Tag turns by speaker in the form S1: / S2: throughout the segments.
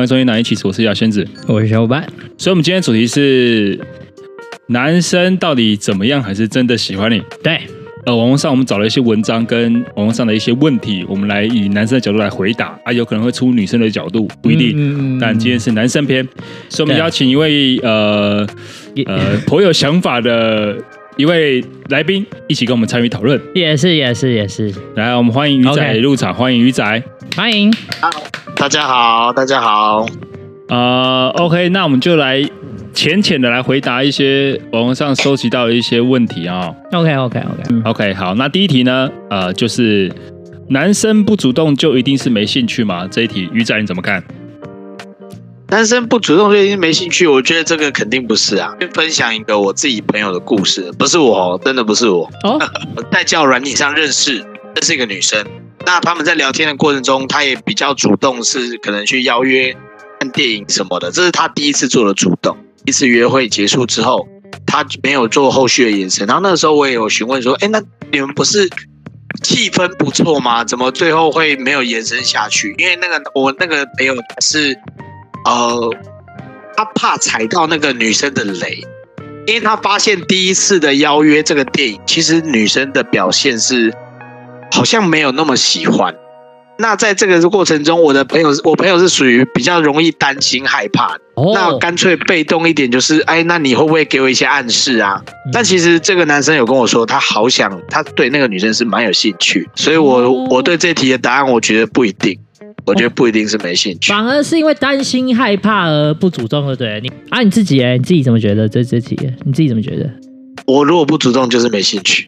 S1: 迎收听《男一起我是小仙子。
S2: 我是小伙伴，
S1: 所以，我们今天的主题是男生到底怎么样，还是真的喜欢你？
S2: 对，
S1: 呃，网络上我们找了一些文章跟网络上的一些问题，我们来以男生的角度来回答啊，有可能会出女生的角度，不一定。
S2: 定
S1: 但今天是男生篇，所以我们
S2: 嗯对
S1: 邀请一位 呃呃颇有想法的一位来宾，一起跟我们参与讨论。
S2: 也是也是也是，
S1: 来，我们欢迎鱼仔
S2: OK
S1: 入场，欢迎鱼仔。
S2: 欢迎。
S3: 大家好，大家好，
S1: 呃，OK，那我们就来浅浅的来回答一些网络上收集到的一些问题啊、
S2: OK OK OK，
S3: 嗯
S1: OK，好，那第一题呢，呃，就是男生不主动就一定是没兴趣吗？这一题，鱼仔你怎么看？
S3: 男生不主动就已经没兴趣，我觉得这个肯定不是啊。分享一个我自己朋友的故事，不是我，真的不是我。
S2: 哦，
S3: 我在教软体上认识，认识一个女生。那他们在聊天的过程中，她也比较主动，是可能去邀约看电影什么的。这是她第一次做的主动。第一次约会结束之后，她没有做后续的延伸。然后那个时候我也有询问说：“哎，那你们不是气氛不错吗？怎么最后会没有延伸下去？”因为那个我那个朋友他是呃，他怕踩到那个女生的雷，因为他发现第一次的邀约这个电影，其实女生的表现是好像没有那么喜欢。那在这个过程中，我的朋友，我朋友是属于比较容易担心害怕的，那
S2: 哦，
S3: 干脆被动一点，就是哎，那你会不会给我一些暗示啊？
S2: 嗯
S3: 但其实这个男生有跟我说，他好想，他对那个女生是蛮有兴趣，所以我
S2: 哦
S3: 我对这题的答案，我觉得不一定，我觉得不一定是没兴趣。
S2: 反而是因为担心害怕而不主动了，对你啊，你自己哎，你自己怎么觉得这这题？你自己怎么觉得？
S3: 我如果不主动，就是没兴趣。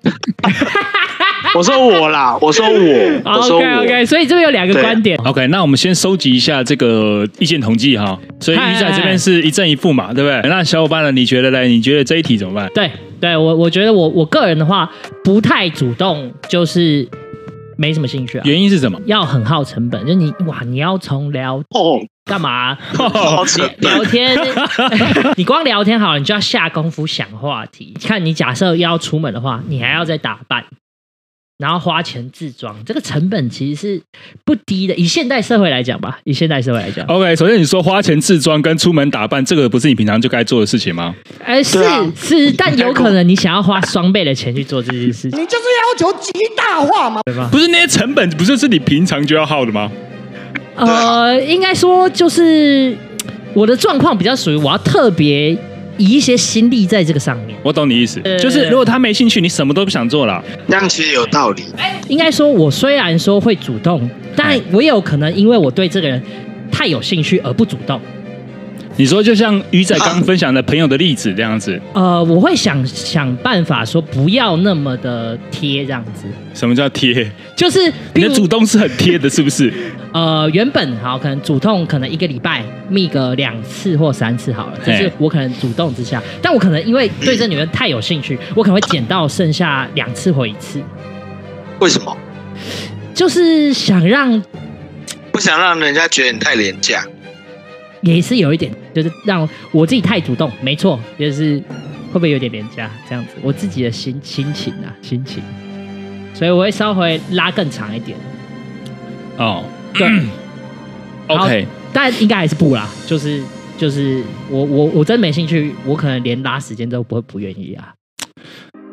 S3: 我说我啦，我说我，我说我
S2: OK OK，所以哦这边有两个
S3: 对
S2: 观点，
S1: OK，那我们先收集一下这个意见统计哈。所以
S2: 嗨
S1: 鱼仔这边是一正一负嘛，对不对？那小伙伴呢？你觉得嘞？你觉得这一题怎么办？
S2: 对对，我我觉得我我个人的话不太主动，就是没什么兴趣啊。
S1: 原因是什么？
S2: 要很耗成本，就你哇，你要从聊
S3: 哦，
S2: 干嘛、
S3: 好扯
S2: 聊聊天， 你光聊天好了，你就要下功夫想话题。看你假设要出门的话，你还要再打扮，然后花钱自装，这个成本其实是不低的。以现代社会来讲吧，以现代社会来
S3: 哦
S2: 讲，
S1: OK，首先你说花钱自装跟出门打扮，这个不是你平常就该做的事情吗？
S2: 哎、是、
S3: 对啊
S2: 是，但有可能你想要花双倍的钱去做这件事情，
S4: 你就是要求极大化嘛。
S2: 对吧？
S1: 不是那些成本，不就是你平常就要耗的吗？
S2: 呃，应该说就是我的状况比较属于我要特别以一些心力在这个上面。
S1: 我懂你意思，
S2: 呃
S1: 就是如果他没兴趣，你什么都不想做了。
S3: 这样其实有道理。
S2: 应该说，我虽然说会主动，但我也有可能因为我对这个人太有兴趣而不主动。
S1: 你说就像鱼仔
S2: 啊
S1: 刚分享的朋友的例子这样子，
S2: 呃，我会想想办法说不要那么的贴这样子，
S1: 什么叫贴？
S2: 就是
S1: 你
S2: 比如
S1: 的主动是很贴的，是不 是？
S2: 呃原本好可能主动可能一个礼拜密个两次或三次好了，
S1: 嘿
S2: 就是我可能主动之下，但我可能因为对这女人太有兴趣，我可能会减到剩下两次或一次，
S3: 为什么？
S2: 就是想让
S3: 不想让人家觉得你太廉价。
S2: 也是有一点，就是让我自己太主动，没错，就是会不会有点廉价这样子？我自己的心心情啊，心情，所以我会稍微拉更长一点，
S1: 哦
S2: 对，
S1: ，OK，
S2: 但应该还是不啦，就是就是我我我真没兴趣，我可能连拉时间都不会不愿意啊。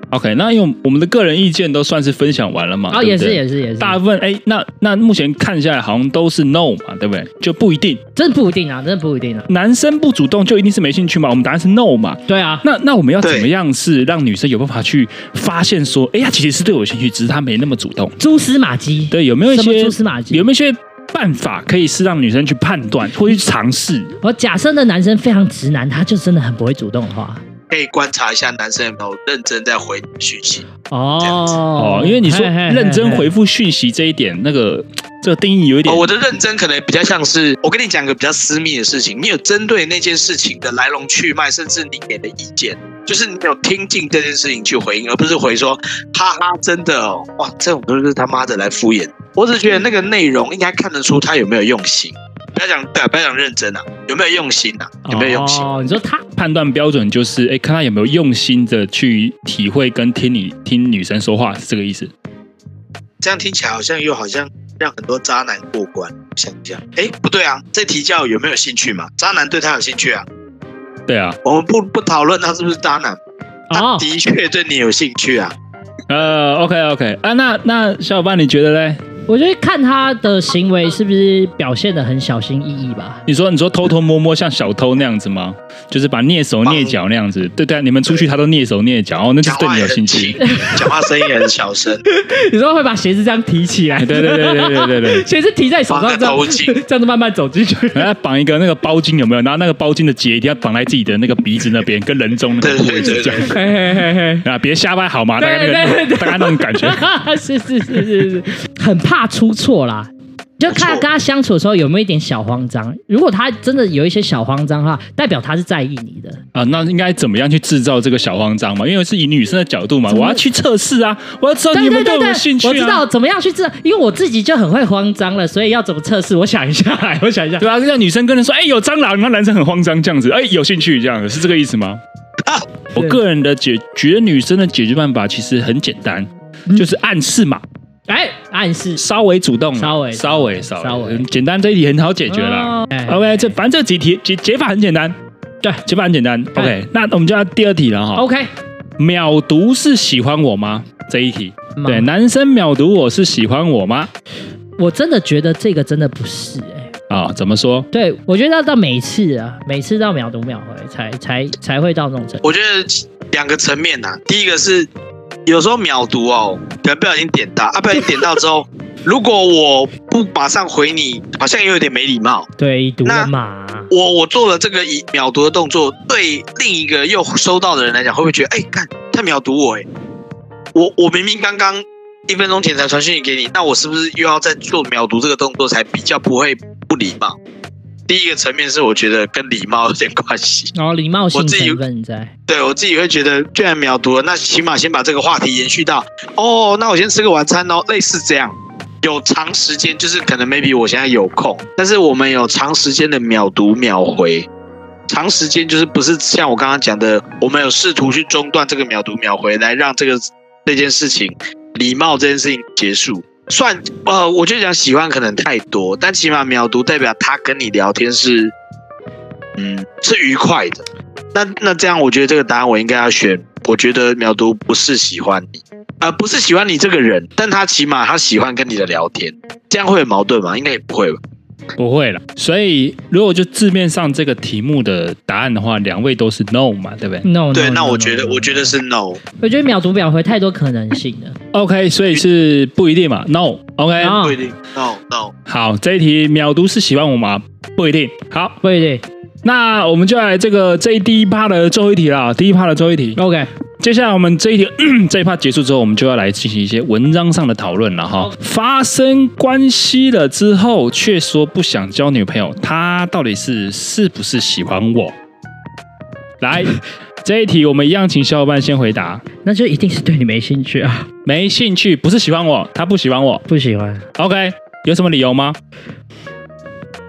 S1: OK，那用我们的个人意见都算是分享完了嘛？
S2: 哦，
S1: 对
S2: 也
S1: 不啊对
S2: 是也是也是，
S1: 大部分哎，那那目前看下来好像都是 no 嘛，对不对？就不一定，
S2: 真的不一定啊，真的不一定啊。
S1: 男生不主动就一定是没兴趣嘛？我们答案是 no 嘛？
S2: 对啊，
S1: 那那我们要
S3: 对
S1: 怎么样是让女生有办法去发现说，哎，她其实是对我有兴趣，只是她没那么主动。
S2: 蛛丝马迹，
S1: 对，有没有一
S2: 什么
S1: 些
S2: 蛛丝马迹？
S1: 有没有一些办法可以是让女生去判断或去尝试？
S2: 我假设那男生非常直男，他就真的很不会主动的话，
S3: 可以观察一下男生有没有认真在回讯息。这样子
S2: 哦
S1: 哦，因为你说
S2: 嘿嘿嘿
S1: 认真
S2: 嘿
S1: 回复讯息这一点，那个这个定义有一
S3: 哦，
S1: 点
S3: 我的认真可能比较像是，我跟你讲个比较私密的事情，你有针对那件事情的来龙去脉，甚至你给的意见，就是你有听进这件事情去回应，而不是回说哈哈，真的哦，哇，这种都是他妈的来敷衍。我只觉得那个内容应该看得出他有没有用心，不要讲对、啊，不要讲认真啊，有没有用心啊，有没有用心？
S2: 哦，你说他
S1: 判断标准就是，哎，看她有没有用心的去体会跟听你听女生说话，是这个意思。
S3: 这样听起来好像又好像让很多渣男过关。想一下，哎，不对啊，这题叫有没有兴趣嘛？渣男对他有兴趣啊，
S1: 对啊，
S3: 我们不不讨论他是不是渣男，他
S2: 哦，
S3: 的确对你有兴趣啊。
S1: 呃，OK OK 啊，那那小伙伴你觉得嘞？
S2: 我觉得看他的行为是不是表现的很小心翼翼吧。
S1: 你说你说偷偷摸摸像小偷那样子吗？就是把蹑手蹑脚那样子，对对啊，你们出去他都蹑手蹑脚，哦，那就是
S3: 讲
S1: 对
S3: 话
S1: 你有
S3: 也很
S1: 兴趣
S3: 轻。，讲话声音也很 小声，
S2: 你说会把鞋子这样提起来？
S1: 哎对对对对对对对。
S2: 鞋子提在手上，这
S3: 绑在头
S2: 样
S3: 巾
S2: 这样子慢慢走进去。
S1: 然后绑一个那个包巾有没有？然后那个包巾的结一定要绑在自己的那个鼻子那边，跟人中那
S3: 对
S1: 个
S3: 对
S1: 位
S3: 对
S1: 置这
S3: 对
S1: 样。
S2: 嘿嘿嘿嘿。
S1: 啊，别瞎掰好吗？大概
S2: 对对
S1: 那
S2: 对
S1: 个大概那种感觉。
S2: 是是是是是，很怕出错啦。就看
S3: 没错
S2: 跟他相处的时候有没有一点小慌张。如果他真的有一些小慌张的话，代表他是在意你的。
S1: 啊，那应该怎么样去制造这个小慌张嘛？因为是以女生的角度嘛，
S2: 怎么
S1: 我要去测试啊，我要知道你
S2: 对
S1: 有没
S2: 对
S1: 有我
S2: 对对，
S1: 有兴趣
S2: 我知
S1: 啊
S2: 道。怎么样去测，因为我自己就很会慌张了，所以要怎么测试？我想一下， 我想一下。
S1: 对啊，让女生跟人说，哎、有蟑螂，那男生很慌张这样子，哎、有兴趣这样子，是这个意思吗？
S3: 啊
S1: 我个人的解觉得女生的解决办法其实很简单，
S2: 嗯
S1: 就是暗示嘛，
S2: 哎，暗示
S1: 稍微主动啦，
S2: 稍微
S1: 稍微稍微
S2: 稍微
S1: 嗯简单，这一题很好解决啦。
S2: 哦哎
S1: OK，这反正这几题解解法很简单，对，解法很简单。
S2: 哎
S1: OK，那我们就要第二题了哈。
S2: OK，
S1: 秒读是喜欢我吗？这一题，
S2: 嗯
S1: 对，男生秒读我是喜欢我吗？
S2: 我真的觉得这个真的不是哎、
S1: 啊、怎么说？
S2: 对我觉得要到每次啊，每次到秒读秒回才才才会到那种程度。
S3: 我觉得两个层面呐、啊第一个是有时候秒读哦，可能不小心点到，啊，不小心点到之后，如果我不马上回你，好像也有点没礼貌。
S2: 对，读了
S3: 那
S2: 嘛，
S3: 我我做了这个一秒读的动作，对另一个又收到的人来讲，会不会觉得，哎、看他秒读我、哎，我我明明刚刚一分钟前才传讯息给你，那我是不是又要再做秒读这个动作，才比较不会不礼貌？第一个层面是我觉得跟礼貌有点关系。
S2: 然后礼貌性
S3: 我自己
S2: 成分在。
S3: 对我自己会觉得，居然秒读了，那起码先把这个话题延续到哦，那我先吃个晚餐哦，类似这样。有长时间，就是可能 maybe 我现在有空，但是我们有长时间的秒读秒回，长时间就是不是像我刚刚讲的，我们有试图去中断这个秒读秒回，来让这个这件事情礼貌这件事情结束。算呃，我就讲喜欢可能太多，但起码秒读代表他跟你聊天是，嗯，是愉快的。那那这样，我觉得这个答案我应该要选。我觉得秒读不是喜欢你，呃，不是喜欢你这个人，但他起码他喜欢跟你的聊天，这样会有矛盾吗？应该也不会吧。
S1: 不会啦。所以如果就字面上这个题目的答案的话，两位都是 no 嘛，对不对、
S2: Oh, No，
S3: 对，
S2: no,
S3: 那
S2: no,
S3: 我
S2: no,
S3: 觉得
S2: no,
S3: 我觉得是 no。
S2: no 我觉得秒读秒回太多可能性了。
S1: o k 所以是不一定嘛，no。OK，、
S2: 然后
S3: 不一定，no no，
S1: 好，这一题秒读是喜欢我吗？不一定。好，
S2: 对对
S1: 那我们就来这个这一第一趴的最后一题啦，第一趴的最后一题。
S2: ，OK，
S1: 接下来我们这一 题这一趴结束之后，我们就要来进行一些文章上的讨论了哈。发生关系了之后，却说不想交女朋友，他到底是是不是喜欢我？来， 这一题我们一样，请小伙伴先回答。
S2: 那就一定是对你没兴趣 啊，
S1: 没兴趣，不是喜欢我，他不喜欢我。
S2: 不喜欢。
S1: OK，有什么理由吗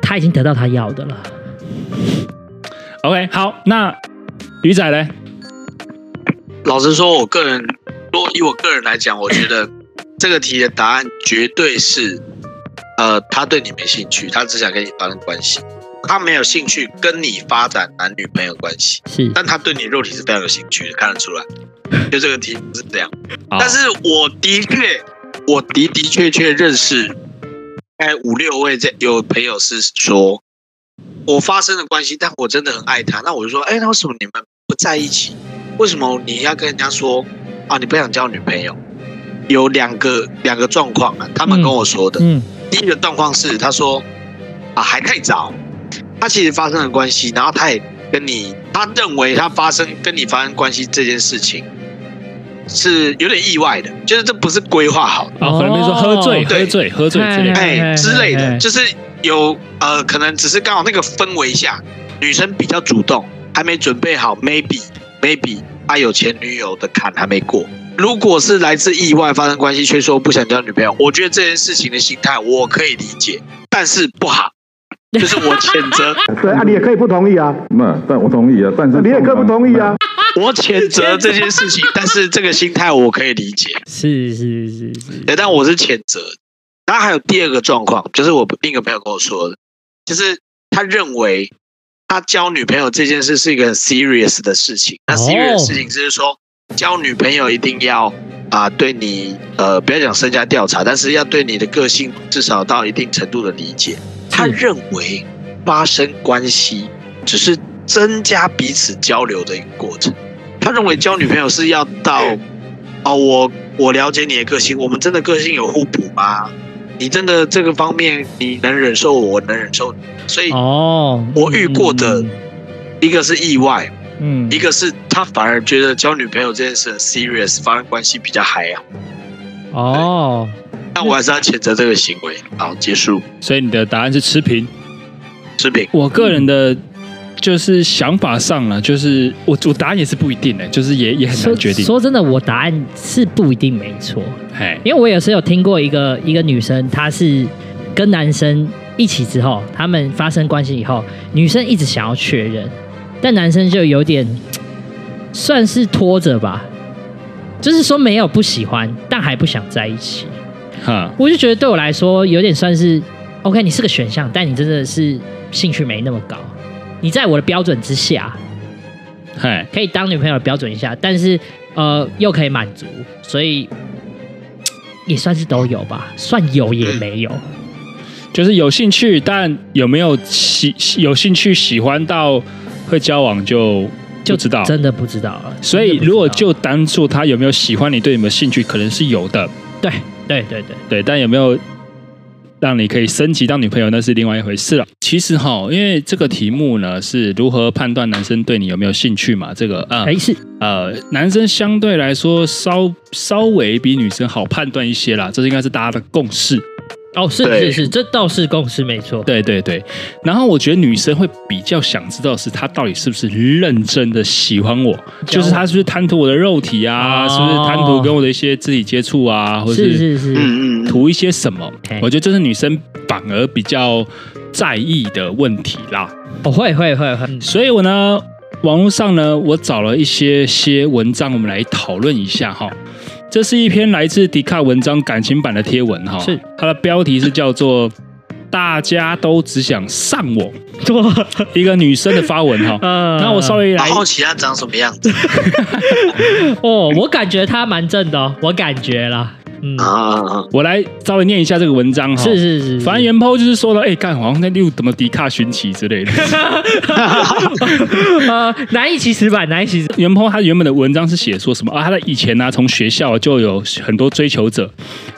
S2: 他已经得到他要的了，
S1: ？OK，好，那鱼仔嘞？
S3: 老实说，我个人，如果以我个人来讲，我觉得这个题的答案绝对是，呃，他对你没兴趣，他只想跟你发生关系，他没有兴趣跟你发展男女朋友关系。
S2: 是
S3: 但他对你肉体是非常有兴趣的，看得出来。就这个题目是这样，
S1: 好
S3: 但是我的确，我的的确确认识，大概五六位这有朋友是说，我发生了关系，但我真的很爱他。那我就说，哎、那为什么你们不在一起？为什么你要跟人家说啊，你不想交女朋友？有两个两个状况啊，他们跟我说的。
S2: 嗯，
S3: 第一个状况是，他说啊还太早，他其实发生了关系，然后他也跟你，他认为他发生跟你发生关系这件事情是有点意外的，就是这不是规划好的，
S1: 啊，可能比如说
S2: 哦
S1: 喝醉、
S3: 对
S1: 喝醉、喝醉之类的。
S3: 哎、
S2: 哎
S3: 之类
S2: 哎哎
S3: 的，就是有呃可能只是刚好那个氛围下，女生比较主动，还没准备好，maybe maybe 他有前女友的坎还没过。如果是来自意外发生关系，却说不想交女朋友，我觉得这件事情的心态我可以理解，但是不好， 就是我谴责，
S4: 对啊，你也可以不同意啊，
S5: 那但我同意啊，但是
S4: 你也可以不
S5: 通常
S4: 同意啊。
S3: 我谴责这件事情，但是这个心态我可以理解，
S2: 是是是是，
S3: 对，但我是谴责。然后还有第二个状况，就是我另一个朋友跟我说的，就是他认为他交女朋友这件事是一个很 serious 的事情。那
S2: 哦
S3: serious 的事情就是说，交女朋友一定要啊、对你呃不要讲身家调查，但是要对你的个性至少到一定程度的理解。他认为发生关系只是增加彼此交流的一个过程。他认为交女朋友是要到哦，我我了解你的个性，我们真的个性有互补吗？你真的这个方面你能忍受我，我能忍受你，所以
S2: 哦，
S3: 我遇过的
S1: 嗯
S3: 一个是意外，
S2: 嗯，嗯，
S3: 一个是他反而觉得交女朋友这件事很 serious，发生关系比较嗨啊。
S2: 哦，
S3: 但我还是要谴责这个行为。好，结束
S1: 所以你的答案是持平。
S3: 视频。
S1: 我个人的就是想法上了，就是我我答案也是不一定的，就是也也很
S2: 说
S1: 难决定。
S2: 说真的，我答案是不一定没错，
S1: 哎，
S2: 因为我也是有听过一个一个女生，她是跟男生一起之后，他们发生关系以后，女生一直想要确认，但男生就有点算是拖着吧，就是说没有不喜欢，但还不想在一起。
S1: 哈，
S2: 我就觉得对我来说有点算是 OK，你是个选项，但你真的是兴趣没那么高，你在我的标准之下，
S1: 嗨，
S2: 可以当女朋友的标准一下，但是呃又可以满足，所以也算是都有吧，算有也没有。
S1: 嗯就是有兴趣，但有没有喜喜有兴趣喜欢到会交往就
S2: 就
S1: 不知道。
S2: 真的不知道了。
S1: 所以
S2: 真的不知道
S1: 如果就单说他有没有喜欢你，对你有没有兴趣，可能是有的，
S2: 对对对对，
S1: 对，但有没有让你可以升级当女朋友，那是另外一回事了。其实哈，因为这个题目呢是如何判断男生对你有没有兴趣嘛，这个啊。呃
S2: 哎、是
S1: 呃，男生相对来说稍稍微比女生好判断一些啦，这应该是大家的共识。
S2: 哦是
S3: 对
S2: 是是，这倒是共识没错。
S1: 对对对，然后我觉得女生会比较想知道是他到底是不是认真的喜欢我，就是他是不是贪图我的肉体啊，
S2: 哦
S1: 是不是贪图跟我的一些肢体接触啊，或者
S2: 是是是，
S3: 嗯嗯嗯，
S1: 图一些什么
S2: 嘿？
S1: 我觉得这是女生反而比较在意的问题啦。
S2: 我、会会会 会，嗯
S1: 所以我呢，网络上呢，我找了一些些文章，我们来讨论一下哈。这是一篇来自迪卡文章感情版的贴文哈，
S2: 是
S1: 它的标题是叫做“大家都只想上我
S2: 多”，。
S1: 一个女生的发文哈
S2: 呃
S1: 那我稍微来
S3: 好，好奇他长什么样 子
S2: 哦，我感觉他蛮正的、哦，我感觉啦，嗯，
S3: 啊啊？啊啊
S1: 我来稍微念一下这个文章哈。
S2: 是是是，
S1: 反正 原 po 就是说呢，哎、干好像在溜什么迪卡寻奇之类的。
S2: 呃难以启齿吧，难以启齿，
S1: 原 po 他原本的文章是写说什么啊？他在以前呢、从学校就有很多追求者，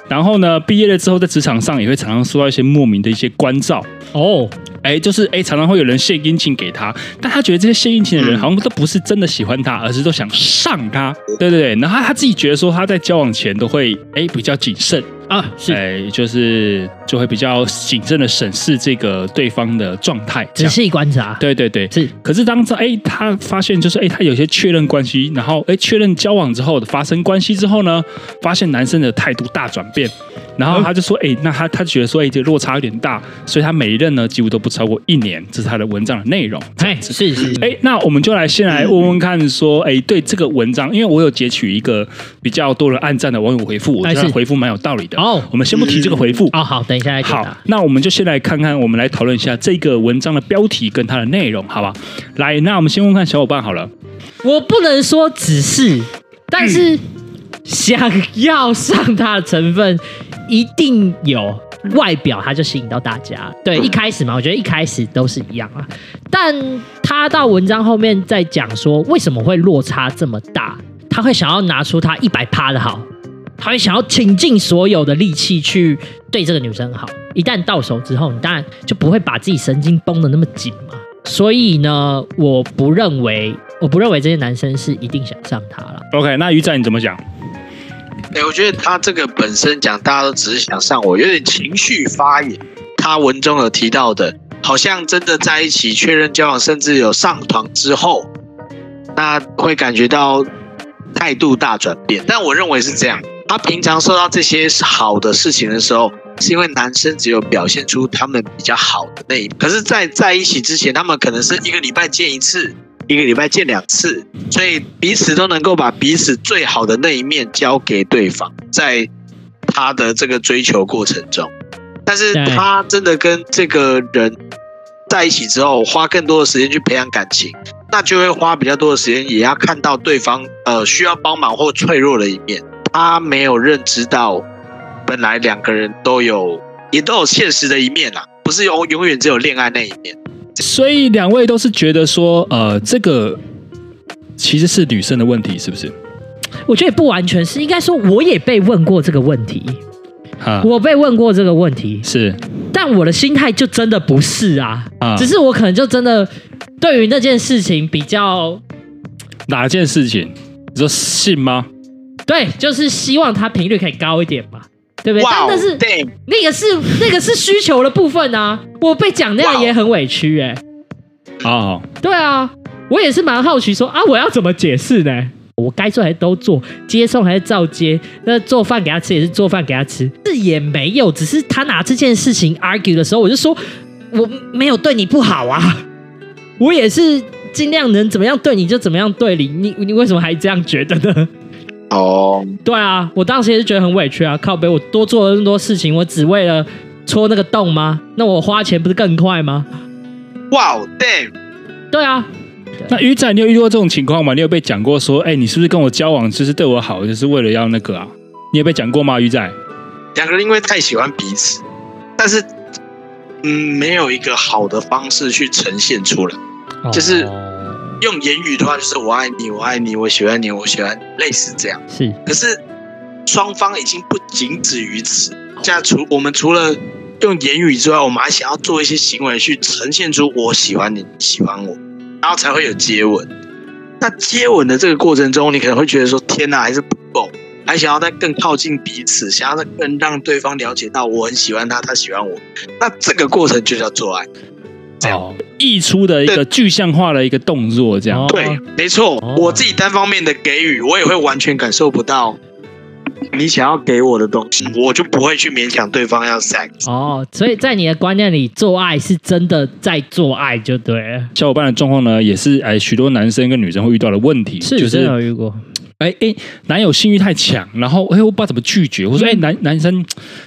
S1: 然后呢，毕业了之后在职场上也会常常收到一些莫名的一些关照。
S2: 哦，
S1: 哎，就是哎，常常会有人献殷勤给他，但他觉得这些献殷勤的人
S3: 嗯
S1: 好像都不是真的喜欢他，而是都想上他。对对对，然后他他自己觉得说他在交往前都会哎比较谨慎，
S2: 啊是
S1: 哎，就是就会比较谨慎的审视这个对方的状态。这
S2: 仔
S1: 样
S2: 细观察，
S1: 对对对，
S2: 是
S1: 可是当这哎，他发现就是哎，他有些确认关系，然后哎，确认交往之后的发生关系之后呢，发现男生的态度大转变，然后他就说哎，那他他觉得说哎，这个落差有点大，所以他每一任呢几乎都不超过一年，这是他的文章的内容。
S2: 哎是是，
S1: 哎，那我们就来先来问问看说，哎，对这个文章，因为我有截取一个比较多人按赞的网友回复，我觉得
S2: 哎
S1: 他
S2: 是
S1: 回复蛮有道理的。
S2: 哦
S1: 我们先不提这个回复，
S2: 哦好，等一下来解
S1: 好
S2: 答，，
S1: 那我们就先来看看，我们来讨论一下这个文章的标题跟它的内容，好吧？来，那我们先问看小伙伴好了，
S2: 我不能说只是，但是想要上他的成分一定有。外表他就吸引到大家，对，一开始嘛，我觉得一开始都是一样啊。但他到文章后面再讲说为什么会落差这么大，他会想要拿出他一百趴的好，他会想要倾尽所有的力气去对这个女生好。一旦到手之后，你当然就不会把自己神经绷得那么紧嘛。所以呢，我不认为，我不认为这些男生是一定想上他了。
S1: ，OK？那鱼仔你怎么讲？
S3: 对，哎我觉得他这个本身讲，大家都只是想上我，有点情绪发言。他文中有提到的，好像真的在一起确认交往，甚至有上床之后，那会感觉到态度大转变。但我认为是这样，他平常受到这些好的事情的时候，是因为男生只有表现出他们比较好的那一面，可是在，在一起之前，他们可能是一个礼拜见一次，一个礼拜见两次，所以彼此都能够把彼此最好的那一面交给对方，在他的这个追求过程中，但是
S2: 对
S3: 他真的跟这个人在一起之后，花更多的时间去培养感情，那就会花比较多的时间，也要看到对方呃需要帮忙或脆弱的一面。他没有认知到，本来两个人都有，也都有现实的一面啦，啊不是永永远只有恋爱那一面。
S1: 所以两位都是觉得说，呃，这个其实是女生的问题，是不是？
S2: 我觉得也不完全是，应该说我也被问过这个问题，
S1: 啊，
S2: 我被问过这个问题，
S1: 是
S2: 但我的心态就真的不是啊，
S1: 啊，
S2: 只是我可能就真的对于那件事情比较
S1: 哪件事情？你说性吗？
S2: 对，就是希望它频率可以高一点嘛，对不对？
S3: 哦
S1: 哦
S2: 但那是
S3: 对，
S2: 那个是那个是需求的部分啊，我被讲那样
S3: 哇
S2: 也很委屈哎、
S1: 哦，
S2: 对啊，我也是蛮好奇说啊，我要怎么解释呢？我该做还是都做，接送还是照接，那做饭给他吃也是做饭给他吃，这也没有，只是他拿这件事情 argue 的时候，我就说我没有对你不好啊，我也是尽量能怎么样对你就怎么样对你，你你为什么还这样觉得呢？
S3: 哦，
S2: 对啊，我当时也是觉得很委屈啊，靠北，我多做了那么多事情，我只为了戳那个洞吗？那我花钱不是更快吗？
S3: 哇，damn，
S2: 对啊，
S1: 那鱼仔，你有遇过这种情况吗？你有被讲过说，哎、你是不是跟我交往就是对我好，就是为了要那个啊？你有被讲过吗，鱼仔？
S3: 两个人因为太喜欢彼此，但是嗯，没有一个好的方式去呈现出来，就是用言语的话就是我爱你，我爱你，我喜欢你，我喜欢你，类似这样。
S2: 是
S3: 可是双方已经不仅止于此，现在除我们除了用言语之外，我们还想要做一些行为去呈现出我喜欢你，你喜欢我，然后才会有接吻。那接吻的这个过程中，你可能会觉得说：“天哪，还是不够，还想要再更靠近彼此，想要再更让对方了解到我很喜欢他，他喜欢我。”那这个过程就叫做爱。这样
S1: 哦，溢出的一个具象化的一个动作，这样。
S2: 哦
S3: 对，没错
S2: 哦，
S3: 我自己单方面的给予，我也会完全感受不到你想要给我的东西，我就不会去勉强对方要 sex。
S2: 哦，所以在你的观念里，做爱是真的在做爱就对了，
S1: 小伙伴的状况呢，也是哎，许多男生跟女生会遇到的问题，就
S2: 真
S1: 是
S2: 的有遇过，
S1: 哎哎，男友性欲太强，然后哎，我不知道怎么拒绝，或者哎，
S2: 嗯
S1: 男男生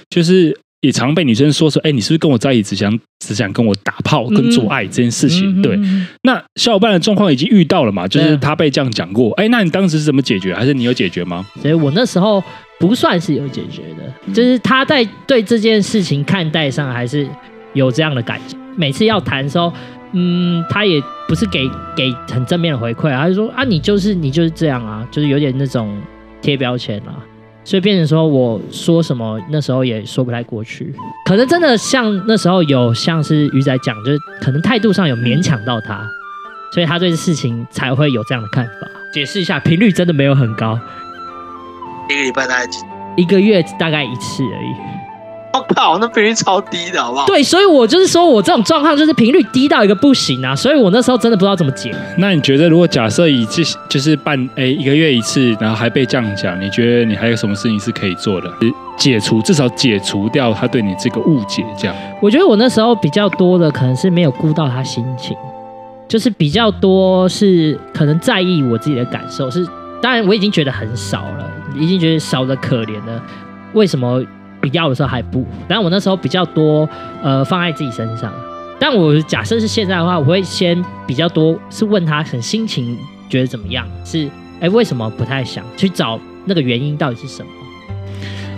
S1: 就是也常被女生说说，哎，你是不是跟我在一起只想只想跟我打炮、跟做爱这件事情？对，
S2: 嗯
S1: 那小伙伴的状况已经遇到了嘛，就
S2: 对
S1: 是
S2: 啊
S1: 他被这样讲过，哎，那你当时是怎么解决？还是你有解决吗？
S2: 所以我那时候不算是有解决的，就是他在对这件事情看待上还是有这样的感觉。每次要谈的时候，嗯，他也不是给给很正面的回馈啊，他就说啊，你就是你就是这样啊，就是有点那种贴标签啊。所以变成说，我说什么那时候也说不太过去，可能真的像那时候有像是鱼仔讲，就是可能态度上有勉强到他，所以他对事情才会有这样的看法。解释一下，频率真的没有很高，
S3: 一个礼拜大概几？
S2: 一个月大概一次而已。
S3: 我靠，那频率超低的，好不好？
S2: 对，所以我就是说我这种状况就是频率低到一个不行啊，所以我那时候真的不知道怎么解。
S1: 那你觉得，如果假设以这就是半哎一个月一次，然后还被这样讲，你觉得你还有什么事情是可以做的？解除至少解除掉他对你这个误解，这样。
S2: 我觉得我那时候比较多的可能是没有顾到他心情，就是比较多是可能在意我自己的感受，是当然我已经觉得很少了，已经觉得少的可怜了，为什么不要的时候还不？但我那时候比较多呃放在自己身上，但我假设是现在的话，我会先比较多是问他很心情觉得怎么样，是哎、为什么不太想去找那个原因到底是什么？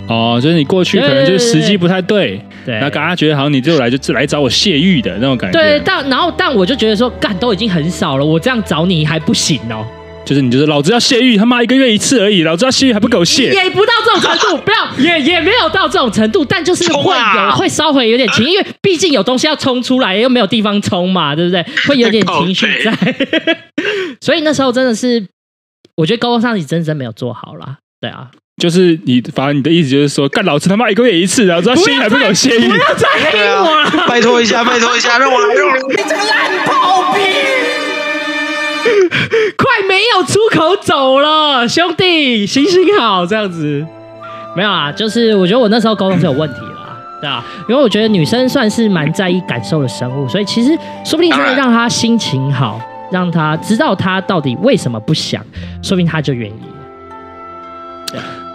S1: 哦，就是你过去可能就是时机不太对，
S2: 对，
S1: 然后大家觉得好像你就来就是来找我泄欲的那种感觉，
S2: 对，，但然后但我就觉得说，干都已经很少了，我这样找你还不行哦，
S1: 就是你就是老子要泄欲，他妈一个月一次而已，老子要泄欲还不给我泄，
S2: 也不到这种程度，不要也也没有到这种程度，但就是
S3: 冲
S2: 会
S3: 啊
S2: 有会稍微有点情，因为毕竟有东西要冲出来，又没有地方冲嘛，对不对？会有点情绪在， 所以那时候真的是，我觉得沟通上你真真没有做好啦。对啊，
S1: 就是你反正你的意思就是说，干老子他妈一个月一次，老子要泄欲还不给我泄欲，
S2: 不要再黑
S3: 对
S2: 我了。
S3: 啊，拜托 一下，拜托一下，让我来，让我来。
S2: 快没有出口走了，兄弟，行行好，这样子。没有啊，就是我觉得我那时候沟通是有问题 啦，对啊，因为我觉得女生算是蛮在意感受的生物，所以其实说不定真的让她心情好，让她知道她到底为什么不想，说不定她就 愿意了。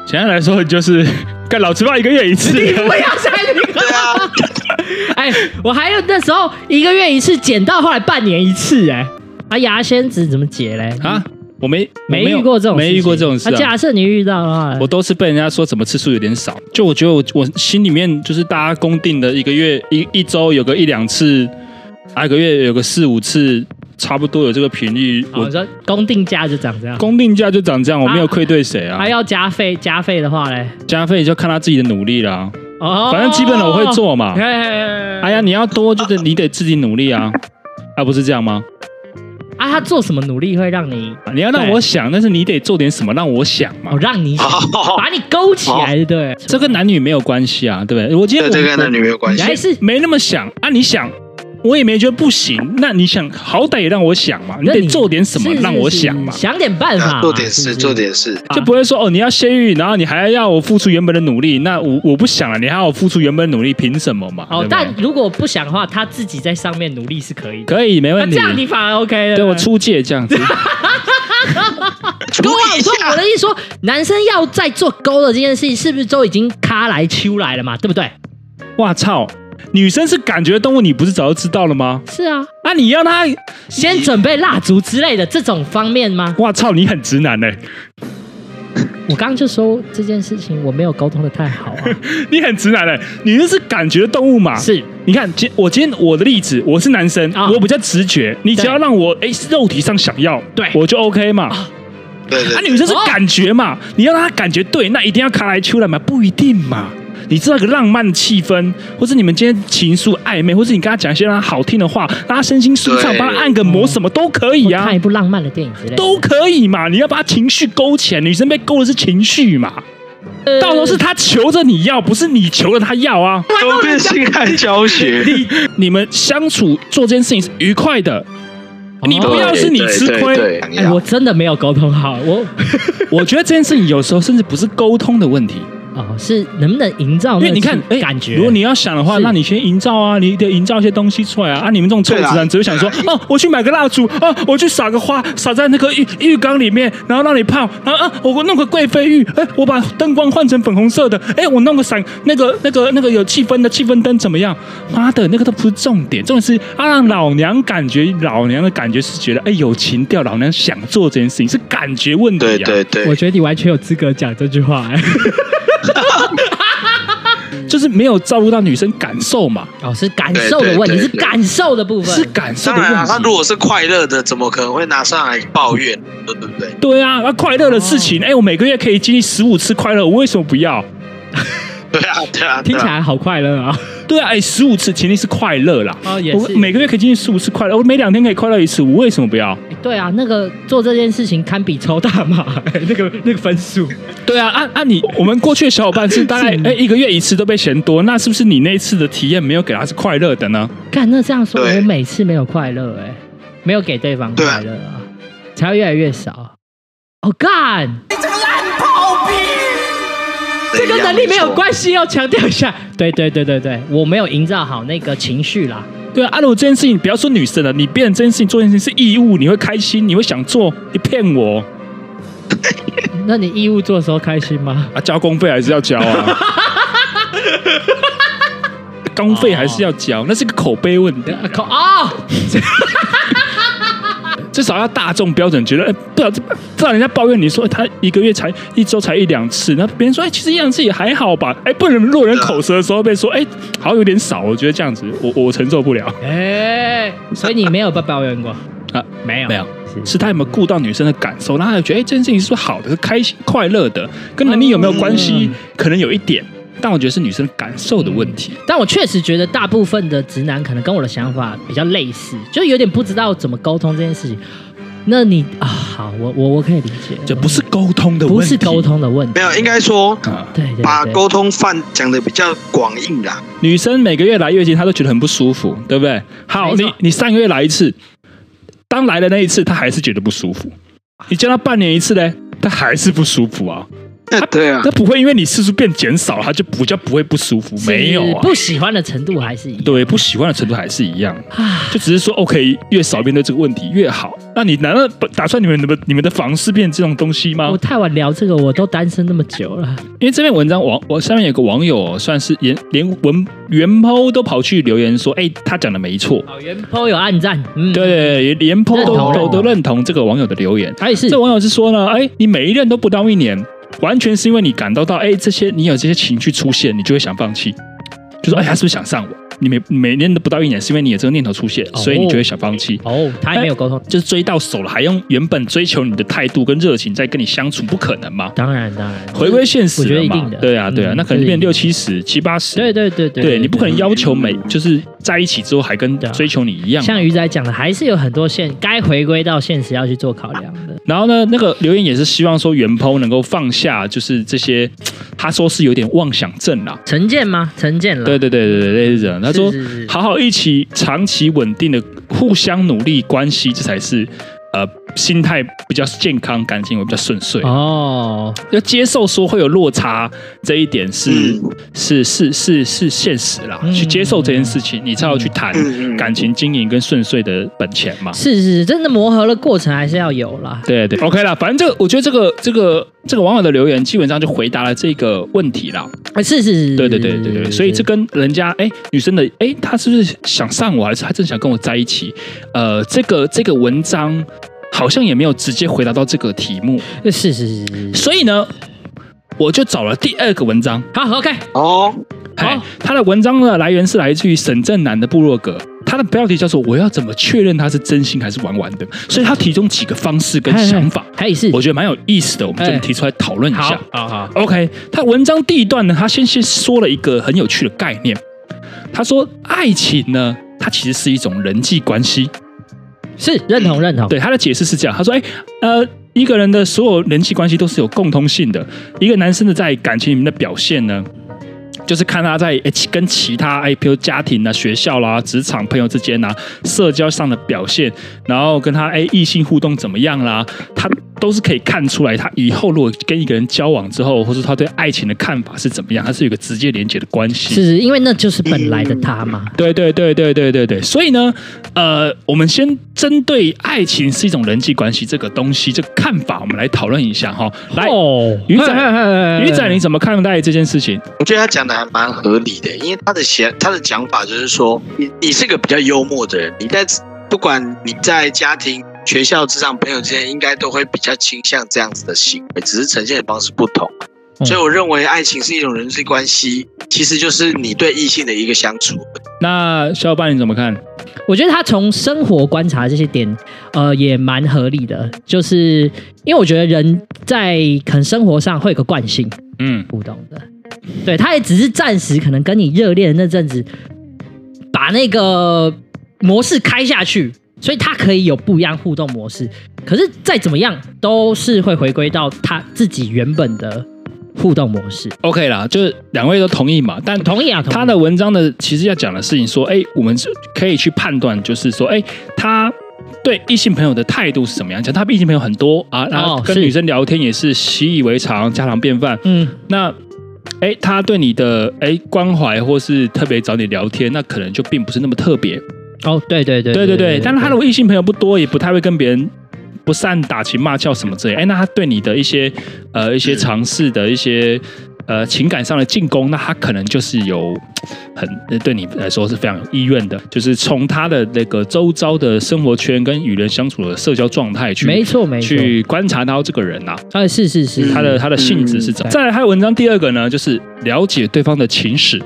S1: 简单来说就是干老子他妈一个月一次，
S2: 不要再那个，
S3: 对啊，
S2: 哎，我还有那时候一个月一次剪到，后来半年一次、哎，啊，牙仙子怎么解嘞？
S1: 啊，我没
S2: 没
S1: 我有
S2: 遇过这种事情，
S1: 没遇过这种事、
S2: 啊
S1: 啊
S2: 假。设你遇到的话，
S1: 我都是被人家说怎么次数有点少，就我觉得我我心里面就是大家公定的一个月一一周有个一两次，啊一个月有个四五次，差不多有这个频率。
S2: 哦
S1: 我
S2: 你说公定价就长这样，
S1: 公定价就长这样，我没有愧对谁啊。
S2: 还要加费，加费的话嘞，
S1: 加费就看他自己的努力啦，
S2: 哦，
S1: 反正基本的我会做嘛
S2: 嘿。。哎
S1: 哎呀，，你要多就是你得自己努力啊，啊不是这样吗？
S2: 啊，他做什么努力会让你，
S1: 你要让我想，但是你得做点什么让我想嘛
S2: 哦，。让你
S3: 好，
S2: 把你勾起来，对不对？
S1: 这跟男女没有关系啊，对不对？我今天
S3: 这
S1: 我
S3: 这跟男女没有关
S2: 你
S3: 系。
S2: 还是
S1: 没那么想啊，你想，我也没觉得不行。那你想，好歹也让我想嘛，你
S2: 那
S1: 得做点什么
S2: 是是
S1: 让我
S2: 是
S1: 想嘛，
S2: 想点办法嘛，
S3: 啊做点
S2: 是
S3: 事，
S2: 不是
S3: 做点事，
S1: 就不会说哦，你要先预，然后你还要我付出原本的努力，那我我不想了，你还要我付出原本的努力，凭什么嘛？
S2: 哦
S1: 对，不对
S2: 但如果不想的话，他自己在上面努力是可以的。
S1: 可以没
S2: 那
S1: 问
S2: 这
S1: 题。
S2: 样你反而 OK 了。
S1: 对我出借这样 子，
S3: 处
S2: 勾啊！
S3: 理
S2: 我
S3: 一
S2: 说我
S3: 下
S2: 的。意思说，男生要在做勾的这件事情，是不是都已经卡来秋来了嘛？对不对？
S1: 哇操！女生是感觉动物，你不是早就知道了吗？
S2: 是啊，
S1: 啊，你让她，
S2: 先准备蜡烛之类的这种方面吗？
S1: 哇操，你很直男呢、欸
S2: 我刚刚就说这件事情我没有沟通的太好啊。
S1: 你很直男呢、女生是感觉动物嘛？
S2: 是，
S1: 你看，今我今天我的例子，我是男生，
S2: 啊
S1: 我比较直觉，你只
S2: 对
S1: 要让我哎、肉体上想要，
S2: 对
S1: 我就 OK 嘛。
S3: 对
S1: 啊，
S3: 对，
S1: 女生是感觉嘛，你要让她感觉对，那一定要卡来出来嘛，不一定嘛。你知道一个浪漫的气氛，或是你们今天情愫暧昧，或是你跟她讲一些让她好听的话，让她身心舒畅，
S3: 对
S1: 帮她按个摩，什么都可以
S2: 我
S1: 啊
S2: 看一，部浪漫的电影之类的，
S1: 都可以嘛。你要把她情绪勾起来，女生被勾的是情绪嘛，
S2: 呃
S1: 到时候是她求着你要，不是你求着她要啊。
S3: 都变性爱教学。
S1: 你们相处做这件事情是愉快的，你不要是你吃亏。
S3: 哦对，对
S2: 哎，我真的没有沟通好，我
S1: 我觉得这件事情有时候甚至不是沟通的问题，
S2: 哦是能不能营造
S1: 因
S2: 那
S1: 为你看，哎
S2: 种感觉？
S1: 如果你要想的话，
S2: 是
S1: 那你先营造啊，你得营造一些东西出来啊。啊，你们这种臭直
S3: 对
S1: 男
S3: 啦
S1: 只会想说，哦，我去买个蜡烛，哦，我去撒个花，撒在那个浴浴缸里面，然后让你泡，然后啊，我弄个贵妃浴，哎，我把灯光换成粉红色的，哎，我弄个闪那个那个那个有气氛的气氛灯怎么样？妈的，那个都不是重点，重点是啊，让老娘感觉老娘的感觉是觉得，哎，有情调，老娘想做这件事情是感觉问题、啊。
S3: 对对对，
S2: 我觉得你完全有资格讲这句话、哎
S1: 就是没有照顾到女生感受嘛，
S2: 哦，是感受的问题，
S3: 对对对
S2: 是感受的部分。
S1: 是感受
S3: 当
S1: 的问
S3: 然
S1: 题。
S3: 啊，他如果是快乐的，怎么可能会拿上来抱怨？对不对？
S1: 对啊，那快乐的事情，哎、我每个月可以经历十五次快乐，我为什么不要？
S3: 对啊，对啊，
S2: 听
S3: 对
S2: 起
S3: 啊。
S2: 来好快乐啊！
S1: 对啊，哎、十五次前提是快乐啦。
S2: 哦，也
S1: 我
S2: 是，
S1: 每个月可以经历十五次快乐，我每两天可以快乐一次，我为什么不要？
S2: 对啊，那个做这件事情堪比抽大麻，哎 那个那个分数。
S1: 对啊，按按你我们过去的小伙 伴是大概哎、一个月一次都被嫌多，那是不是你那一次的体验没有给他是快乐的呢？
S2: 干，那这样说，
S3: 对
S2: 我每次没有快乐，哎，没有给对方
S3: 对啊
S2: 快乐啊，才会越来越少。哦，干，这跟能力没有关系，要强调一下。对对对对对，我没有营造好那个情绪啦。
S1: 对啊，按、我这件事情，不要说女生了，你变成这件事情做这件事情是义务，你会开心，你会想做，你骗我
S2: 那你义务做的时候开心吗？
S1: 啊！交公费还是要交啊， 公费还是要交，那是个呃口碑问题。
S2: 啊口啊！
S1: 至少要大众标准，觉得哎、不然不然人家抱怨你说哎他一个月才一周才一两次，那别人说哎、其实一两次也还好吧，哎、不能落人口舌的时候被说哎、好像有点少，我觉得这样子我我承受不了。
S2: 哎、所以你没有被抱怨过
S1: 啊？
S2: 没有，
S1: 没有， 是他有没有顾到女生的感受，让他觉得哎、这件事情是不是好的，是开心快乐的，跟能力有没有关系，
S2: 嗯
S1: 可能有一点，但我觉得是女生感受的问题。
S2: 但我确实觉得大部分的直男可能跟我的想法比较类似，就有点不知道怎么沟通这件事情。那你啊，好，我我我可以理解，
S1: 就不是沟通的问题，
S2: 不是沟通的问题，
S3: 没有，应该说
S1: 啊、
S2: 对对对
S3: 把沟通范讲的比较广义啦。
S1: 女生每个月来月经，她都觉得很不舒服，对不对？好，
S2: 没错
S1: 你你上个月来一次，当来的那一次，她还是觉得不舒服。你叫她半年一次嘞，她还是不舒服啊。
S3: 那对啊，
S1: 那不会因为你次数变减少，它就比较不会不舒服，没有啊
S2: 是。不喜欢的程度还是一样
S1: 对，不喜欢的程度还是一样，
S2: 啊。
S1: 就只是说 OK，越少面对这个问题越好。那你难道打算你们的你们的房是变这种东西吗
S2: 啊我？太晚聊这个，我都单身那么久了，
S1: 因为这篇文章网我下面有个网友哦算是连连文原 p 都跑去留言说，哎、他讲的没错，
S2: 好原颇有暗赞，嗯，
S1: 对，对，对连 p
S2: 认
S1: 都
S2: 同
S1: 都都认同这个网友的留言。
S2: 他也是
S1: 这网友是说呢，哎，你每一任都不到一年，完全是因为你感到到，哎，这些你有这些情绪出现，你就会想放弃，就说，哎，他是不是想上我？你每每年都不到一年，是因为你有这个念头出现，所以你就会想放弃。
S2: 哦，他也没有沟通，
S1: 就是追到手了，还用原本追求你的态度跟热情在跟你相处，不可能嘛？
S2: 当然当然，
S1: 回归现实
S2: 嗯我觉得
S1: 了
S2: 一
S1: 嘛
S2: 定的，？
S1: 对啊，对啊，
S2: 嗯
S1: 那可能变
S2: 是
S1: 六七十、七八十。
S2: 对对对对，
S1: 对，你不可能要求每就是在一起之后还跟
S2: 对啊
S1: 追求你一样嘛。
S2: 像鱼仔讲的，还是有很多现该回归到现实要去做考量的。
S1: 然后呢，那个留言也是希望说袁鹏能够放下，就是这些，他说是有点妄想症啦。
S2: 成见吗？成见了，
S1: 对对对对对，类似这样。他说
S2: 嗯是是是
S1: 好好一起长期稳定的互相努力关系，这才是呃心态比较健康，感情会比较顺遂。
S2: 哦，
S1: 要接受说会有落差这一点是、
S3: 嗯
S1: 是是是是现实啦，
S2: 嗯
S1: 去接受这件事情，你才有去谈
S3: 嗯嗯
S1: 感情经营跟顺遂的本钱嘛。
S2: 是是是，真的磨合的过程还是要有啦。
S1: 对对，OK 啦，反正这个我觉得这个这个这个网友的留言基本上就回答了这个问题啦。
S2: 哎是是是，
S1: 对对对对对，所以这跟人家哎女生的哎她是不是想上我，还是她真的想跟我在一起？呃，这个这个文章好像也没有直接回答到这个题目，
S2: 是是是是是，
S1: 所以呢，我就找了第二个文章。
S2: 好 OK，
S3: 哦，
S1: 哎
S2: 好，
S1: 他的文章的来源是来自于沈正南的部落格，他的标题叫做“我要怎么确认他是真心还是玩玩的”，所以他提供几个方式跟
S2: 哎哎
S1: 想法，
S2: 还是
S1: 我觉得蛮有意思的，我们
S2: 哎
S1: 就提出来讨论一
S2: 好
S1: 下。
S2: 好好，
S1: OK，他文章第一段呢，他先先说了一个很有趣的概念，他说爱情呢，它其实是一种人际关系。
S2: 是认同认同，
S1: 对他的解释是这样，他说：“哎，呃，一个人的所有人际关系都是有共通性的。一个男生的在感情里面的表现呢，就是看他在哎其跟其他哎，比如家庭啊、学校啦、职场朋友之间啊、社交上的表现，然后跟他哎异性互动怎么样啦，他都是可以看出来，他以后如果跟一个人交往之后，或是他对爱情的看法是怎么样，他是有一个直接连接的关系。”
S2: 是是因为那就是本来的他嘛。
S1: 对对对对对对对，所以呢，呃，我们先针对爱情是一种人际关系这个东西这个看法，我们来讨论一下哈。来，
S2: 哦，
S1: 鱼仔
S2: 嘿嘿嘿嘿
S1: 鱼仔，你怎么看待这件事情？
S3: 我觉得他讲的还蛮合理的，因为他的想他的讲法就是说，你你是个比较幽默的人，你在不管你在家庭、学校、职场、朋友之间，应该都会比较倾向这样子的行为，只是呈现的方式不同。
S1: 嗯
S3: 所以我认为爱情是一种人际关系，其实就是你对异性的一个相处。
S1: 那小伙伴你怎么看？
S2: 我觉得他从生活观察这些点，呃，也蛮合理的。就是因为我觉得人在可能生活上会有个惯性
S1: 嗯，
S2: 互动的，对，他也只是暂时可能跟你热恋的那阵子，把那个模式开下去，所以他可以有不一样互动模式。可是再怎么样，都是会回归到他自己原本的互动模式。
S1: OK 啦，就是两位都同意嘛，但
S2: 同意啊，同意
S1: 他的文章的其实要讲的事情说，哎，我们是可以去判断，就是说，哎，他。对异性朋友的态度是怎么样？讲他异性朋友很多啊，然后
S2: 哦
S1: 跟
S2: 是
S1: 女生聊天也是习以为常、家常便饭。
S2: 嗯，
S1: 那哎，诶他对你的哎关怀，或是特别找你聊天，那可能就并不是那么特别。
S2: 哦，对对对
S1: 对对对，但是他
S2: 的
S1: 的异性朋友不多，也不太会跟别人不善打情骂俏什么之类。哎，那他对你的一些呃一些尝试的一些呃情感上的进攻，那他可能就是有很呃对你来说是非常有意愿的，就是从他的那个周遭的生活圈跟与人相处的社交状态去
S2: 没错没错，
S1: 去观察到这个人啊。
S2: 啊，是是是，
S1: 他的他的性质是怎么？
S2: 嗯
S1: 再来，他的文章第二个呢，就是了解对方的情史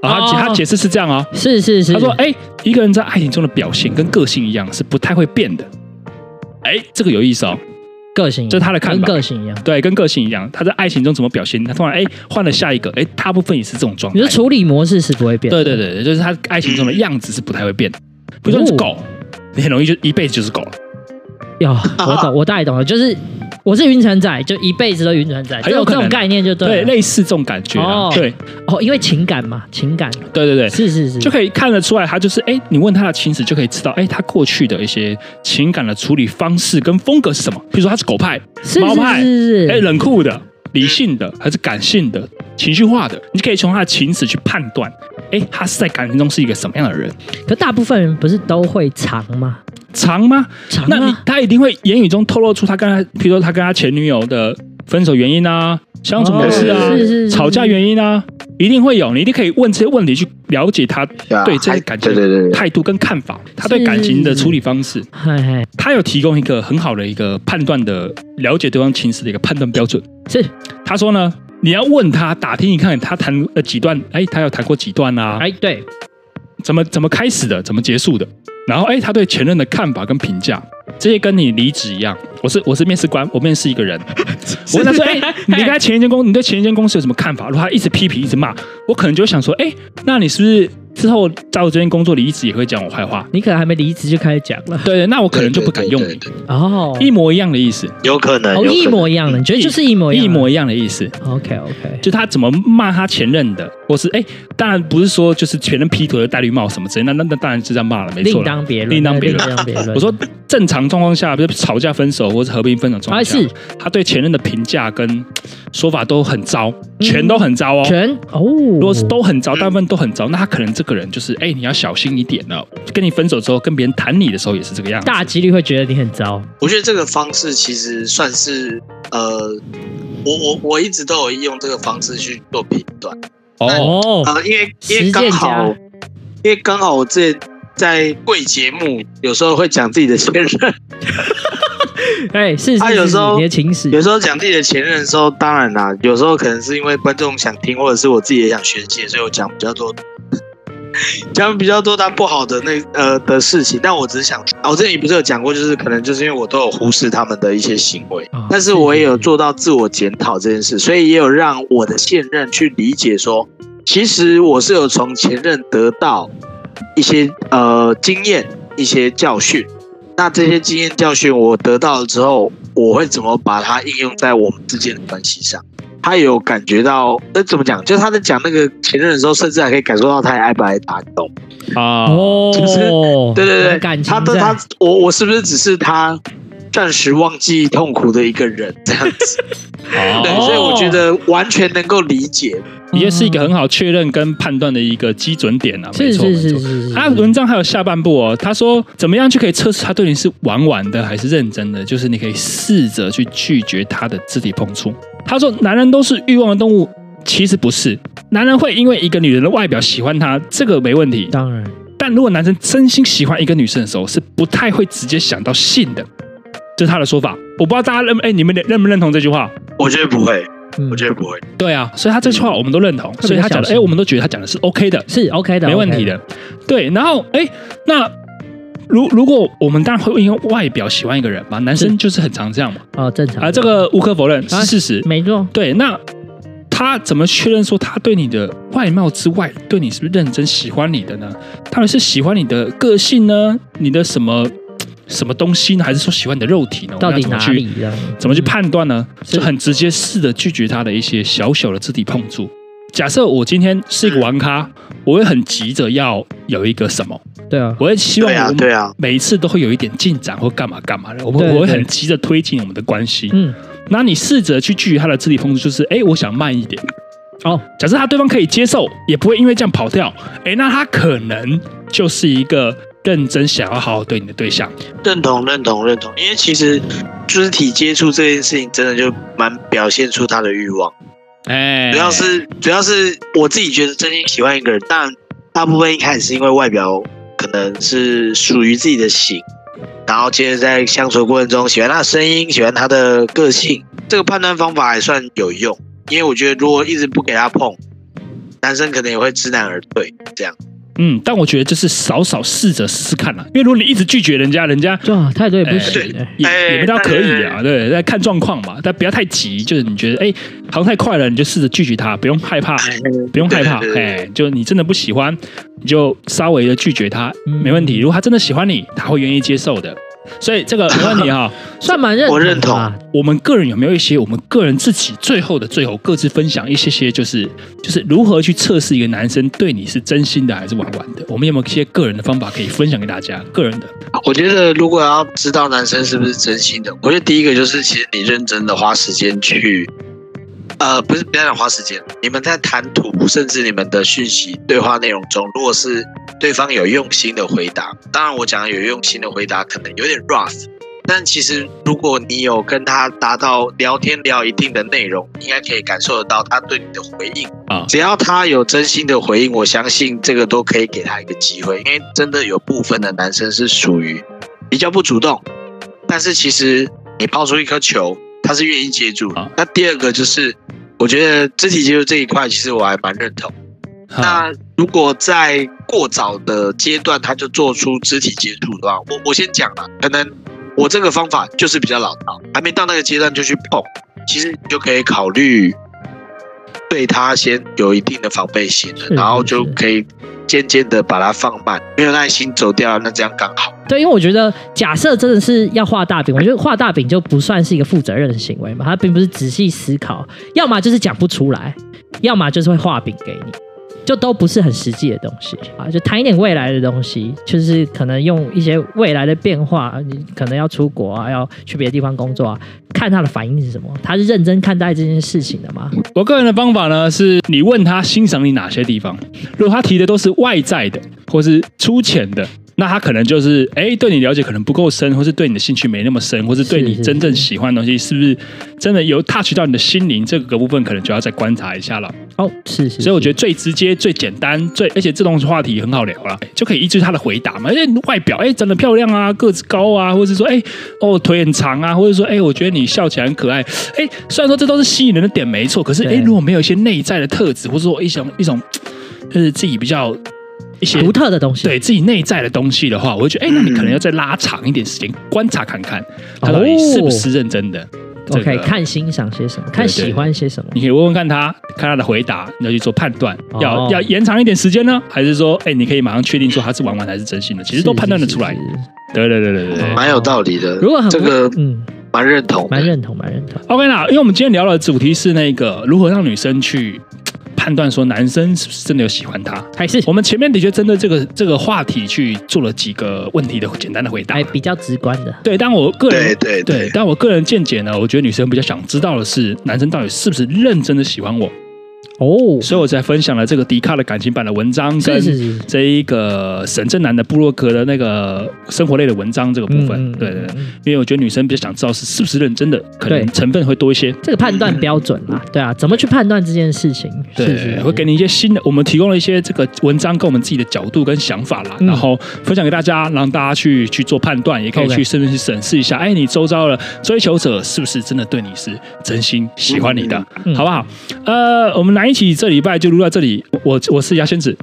S1: 啊。他解
S2: 哦
S1: 他解释是这样哦，
S2: 是是是，
S1: 他说：“哎、一个人在爱情中的表现跟个性一样，是不太会变的。”哎，这个有意思哦。
S2: 个性一样，
S1: 这是他的看法
S2: 跟个性一样。
S1: 对，跟个性一样，他在爱情中怎么表现？他突然哎换了下一个，哎，大部分也是这种状态
S2: 你说。处理模式是不会变的，
S1: 对对对，对就是他爱情中的样子是不太会变的。比如说你是
S2: 哦
S1: 狗，你很容易就一辈子就是狗了，
S2: 哟，哦我懂，我大概懂了，就是我是云船仔，就一辈子都云船仔，
S1: 很有可
S2: 这
S1: 能啊
S2: 种概念就
S1: 对，
S2: 对了。
S1: 类似这种感觉啊。
S2: 哦
S1: 对
S2: 哦，因为情感嘛，情感
S1: 对对对，
S2: 是是是，
S1: 就可以看得出来，他就是哎、你问他的情史就可以知道，哎、他过去的一些情感的处理方式跟风格是什么。比如说他是狗派、
S2: 是
S1: 猫
S2: 是
S1: 派
S2: 是是
S1: 哎、
S2: 是，
S1: 冷酷的，理性的还是感性的、情绪化的，你就可以从他的情史去判断，哎，他是在感情中是一个什么样的人？
S2: 可大部分人不是都会藏吗？
S1: 长吗？
S2: 藏
S1: 那你
S2: 啊，
S1: 他一定会言语中透露出他跟他，比如说他跟他前女友的分手原因啊，相处模式啊，
S3: 哦
S2: 是是是
S1: 吵架原因啊，一定会有，你一定可以问这些问题去了解他
S3: 啊
S1: 对这
S3: 还
S1: 些感情
S3: 对对对
S1: 的
S3: 对
S1: 态度跟看法，他对感情的处理方式，
S2: 嘿嘿，
S1: 他有提供一个很好的一个判断的了解对方情史的一个判断标准。
S2: 是
S1: 他说呢，你要问他打听一看他谈呃几段，哎，他有谈过几段啊？
S2: 哎，对，
S1: 怎么怎么开始的，怎么结束的，然后哎，他对前任的看法跟评价，这些跟你离职一样。我是我是面试官，我面试一个 人，我问他说，哎，你跟他前一间公，你对前一间公司有什么看法？如果他一直批评，一直骂，我可能就会想说，哎，那你是不是之后在我这边工作离职也会讲我坏话？
S2: 你可能还没离职就开始讲了
S1: 对，那我可能就不敢用
S3: 对
S1: 你
S3: 对，对对
S2: 哦，
S1: 一模一样的意思，
S3: 有可能，
S2: 哦
S3: 有可能
S2: 一模一样的，你觉得就是一模
S1: 一
S2: 样的
S1: 模一样的意思。
S2: OK OK，
S1: 就他怎么骂他前任的，或是哎、当然不是说就是前任劈腿的戴绿帽什么之类，那那那当然是这样骂了，没错
S2: 另
S1: 啦。
S2: 当别论，
S1: 另当别论
S2: 另当别论。
S1: 我说正常状况下，比如吵架、分手或是和平分手状况
S2: 啊
S1: 下，
S2: 是
S1: 他对前任的评价跟说法都很糟，全都很糟哦。
S2: 嗯全嗯哦，
S1: 如果是都很糟，大部分都很糟，那他可能这个人就是，哎、你要小心一点了。跟你分手之后，跟别人谈你的时候也是这个样子。
S2: 大几率会觉得你很糟，
S3: 我觉得这个方式其实算是呃，我我我一直都有用这个方式去做评断
S1: 哦，
S2: 哦，
S3: 啊、呃因为因
S2: 实
S3: 为
S2: 践
S3: 刚
S2: 家哦
S3: 好，因为刚好我之前在贵节目有时候会讲自己的前任，
S2: 哎，是
S3: 啊
S2: 是
S3: 有
S2: 是
S3: 时候
S2: 你的情史
S3: 有时候讲自己的前任的时候，当然啦，有时候可能是因为观众想听，或者是我自己也想宣泄，所以我讲比较多。讲比较多他不好的那呃的事情，但我只是想，啊我之前也不是有讲过，就是可能就是因为我都有忽视他们的一些行为，
S2: 啊
S3: 但是我也有做到自我检讨这件事，所以也有让我的现任去理解说，其实我是有从前任得到一些呃经验、一些教训。那这些经验教训我得到了之后，我会怎么把它应用在我们之间的关系上？他有感觉到，呃，怎么讲？就是他在讲那个前任的时候，甚至还可以感受到他爱不爱他，你懂吗？
S1: 啊、
S2: 哦，
S3: 就是对对对，
S2: 有感情
S3: 他的
S2: 在
S3: 他，我我是不是只是他暂时忘记痛苦的一个人这样子？ 对，
S2: 哦
S3: 所以我觉得完全能够理解。
S1: 也是一个很好确认跟判断的一个基准点啊。没
S2: 是
S1: 错
S2: 是
S1: 没错
S2: 是是是嗯
S1: 他文章还有下半部哦，他说怎么样就可以测试他对你是玩玩的还是认真的，就是你可以试着去拒绝他的肢体碰触。他说男人都是欲望的动物，其实不是，男人会因为一个女人的外表喜欢她，这个没问题。
S2: 当然
S1: 但如果男生真心喜欢一个女生的时候，是不太会直接想到性的，这是他的说法。我不知道大家认哎、你们认不认同这句话？
S3: 我觉得不会，
S2: 嗯
S3: 我觉得不会。
S1: 对啊，所以他这句话我们都认同，
S2: 特别
S1: 所以他讲的
S2: 小
S1: 哎、
S2: 心
S1: 我们都觉得他讲的是 OK 的。
S2: 是 OK 的，
S1: 没问题。的。对，然后哎，那如如果我们当然会因为外表喜欢一个人嘛，男生就是很常这样嘛，
S2: 哦，正常
S1: 啊，这个无可否认
S2: 啊
S1: 是事实。
S2: 没错，
S1: 对，那他怎么确认说他对你的外貌之外，对你是不是认真喜欢你的呢？到底是喜欢你的个性呢？你的什么什么东西呢？还是说喜欢你的肉体呢？我们
S2: 到底
S1: 要怎么
S2: 哪
S1: 去
S2: 里这样？
S1: 怎么去判断呢？
S2: 是
S1: 就很直接，试着拒绝他的一些小小的肢体碰触。假设我今天是一个玩咖，我会很急着要有一个什么，
S2: 对啊，
S1: 我会希望
S3: 对啊
S1: 我
S3: 对啊
S1: 们每一次都会有一点进展或干嘛干嘛的，我会
S2: 对对
S1: 我会很急着推进我们的关系。
S2: 嗯，
S1: 那你试着去拒绝他的肢体碰触，就是哎，我想慢一点。
S2: 哦，
S1: 假设他对方可以接受，也不会因为这样跑掉，哎，那他可能就是一个认真想要好好对你的对象。
S3: 认同，认同，认同。因为其实肢体接触这件事情，真的就蛮表现出他的欲望。
S1: 哎，
S3: 主要是主要是我自己觉得真心喜欢一个人，但大部分一开始是因为外表可能是属于自己的型，然后接着在相处的过程中喜欢他的声音，喜欢他的个性，这个判断方法还算有用。因为我觉得如果一直不给他碰，男生可能也会知难而退这样。
S1: 嗯，但我觉得就是少少试着试试看啦、因为如果你一直拒绝人家，人家
S2: 对啊，太多也不行
S1: 对
S2: 的。
S1: 也、
S3: 哎
S1: 也没到可以啊，对，在看状况嘛，但不要太急，就是你觉得哎、好像太快了，你就试着拒绝他，不用害怕，不用害怕，
S3: 哎对对对
S1: 哎、就你真的不喜欢，你就稍微的拒绝他，
S2: 嗯
S1: 没问题。如果他真的喜欢你，他会愿意接受的。所以这个没问题哈、
S2: 算蛮认
S3: 我认
S2: 同
S3: 同
S2: 吧，
S1: 我们个人有没有一些我们个人自己最后的最后各自分享一些些，就是就是如何去测试一个男生对你是真心的还是玩玩的？我们有没有一些个人的方法可以分享给大家？个人的
S3: 我觉得如果要知道男生是不是真心的，我觉得第一个就是，其实你认真的花时间去呃，不是不要讲花时间，你们在谈吐，甚至你们的讯息对话内容中，如果是对方有用心的回答，当然我讲的有用心的回答可能有点 rough，但其实如果你有跟他达到聊天聊一定的内容，应该可以感受得到他对你的回应
S1: 啊
S3: 只要他有真心的回应，我相信这个都可以给他一个机会，因为真的有部分的男生是属于比较不主动，但是其实你抛出一颗球，他是愿意接住
S1: 啊。
S3: 那第二个就是，我觉得肢体接触这一块，其实我还蛮认同。
S2: 嗯
S1: 哈
S3: 那如果在过早的阶段他就做出肢体接触的话，我我先讲了，可能我这个方法就是比较老套，还没到那个阶段就去碰，其实你就可以考虑对他先有一定的防备心了，
S2: 是
S3: 然后就是可以渐渐的把它放慢，没有耐心走掉，那这样刚好。
S2: 对，因为我觉得假设真的是要画大饼，我觉得画大饼就不算是一个负责任的行为嘛，他并不是仔细思考，要么就是讲不出来，要么就是会画饼给你，就都不是很实际的东西啊，就谈一点未来的东西，就是可能用一些未来的变化，你可能要出国啊，要去别的地方工作啊，看他的反应是什么，他是认真看待这件事情的吗？
S1: 我个人的方法呢，是你问他欣赏你哪些地方，如果他提的都是外在的或是粗浅的。那他可能就是哎、对你了解可能不够深，或是对你的兴趣没那么深，或是对你
S2: 是是
S1: 真正
S2: 是
S1: 喜欢的东西是不是真的有 touch 到你的心灵这个部分，可能就要再观察一下了。
S2: 哦，是是
S1: 所以我觉
S2: 得
S1: 得最直接、最简单、最而且这种话题很好聊啦，就可以依据他的回答嘛。而且外表，哎、长得漂亮啊，个子高啊，或者是说，哎、哦，腿很长啊，或者说，哎、我觉得你笑起来很可爱。哎、虽然说这都是吸引人的点没错，可是，哎、
S2: 对
S1: 如果没有一些内在的特质，或者说一种一种，就是自己比较一些
S2: 独特的东西，
S1: 对自己内在的东西的话，我会觉得，哎、那你可能要再拉长一点时间观察看看，他到底是不是认真的。这个
S2: 哦，OK，看欣赏些什么，看
S1: 对对
S2: 喜欢些什么。
S1: 你可以问问看他，看他的回答，你要去做判断，要、
S2: 哦
S1: 要延长一点时间呢，还是说，哎、你可以马上确定说他是玩玩还是真心的？其实都判断得出来
S2: 是。是是是
S1: 对对对对对对
S2: 哦
S3: 蛮有道理的，
S2: 如果很
S3: 这个
S2: 嗯，
S3: 蛮认同的
S2: 蛮认同，蛮认同。
S1: OK 啦，因为我们今天聊的主题是那个如何让女生去嘖判断说男生是不是真的有喜欢她。
S2: 还是
S1: 我们前面的确针对这个这个话题去做了几个问题的简单的回答
S2: 哎。比较直观的，
S1: 对，但我个人
S3: 对对
S1: 对，但我个人见解呢，我觉得女生比较想知道的是，男生到底是不是认真的喜欢我，
S2: 哦，
S1: 所以我才分享了这个迪卡的感情版的文章跟
S2: 是是是，
S1: 这一个沈正南的部落格的那个生活类的文章这个部分，
S2: 嗯嗯嗯
S1: 对对对，
S2: 嗯
S1: 因为我觉得女生比较想知道是是不是认真的，可能
S2: 对
S1: 成分会多一些，
S2: 这个判断标准啦，对啊，怎么去判断这件事情？
S1: 对，
S2: 是是是
S1: 会给你一些新的，我们提供了一些这个文章跟我们自己的角度跟想法啦，
S2: 嗯
S1: 然后分享给大家，让大家去去做判断，也可以
S2: OK
S1: 去甚至去审视一下，哎，你周遭的追求者是不是真的对你是真心喜欢你的，
S2: 嗯
S1: 好不好？呃，我们来一起这礼拜就录到这里，我我是牙仙子，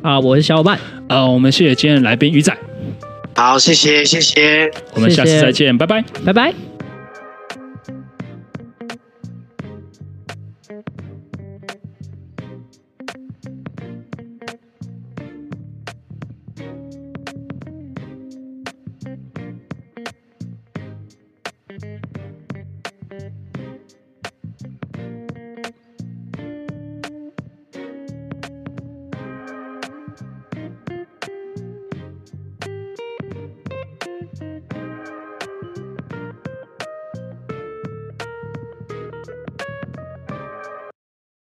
S2: 啊，我是小伙伴，
S1: 呃，我们谢谢今天的来宾鱼仔，
S3: 好，谢谢谢谢。
S1: 我们下次
S2: 谢谢
S1: 再见，拜拜。
S2: 拜拜。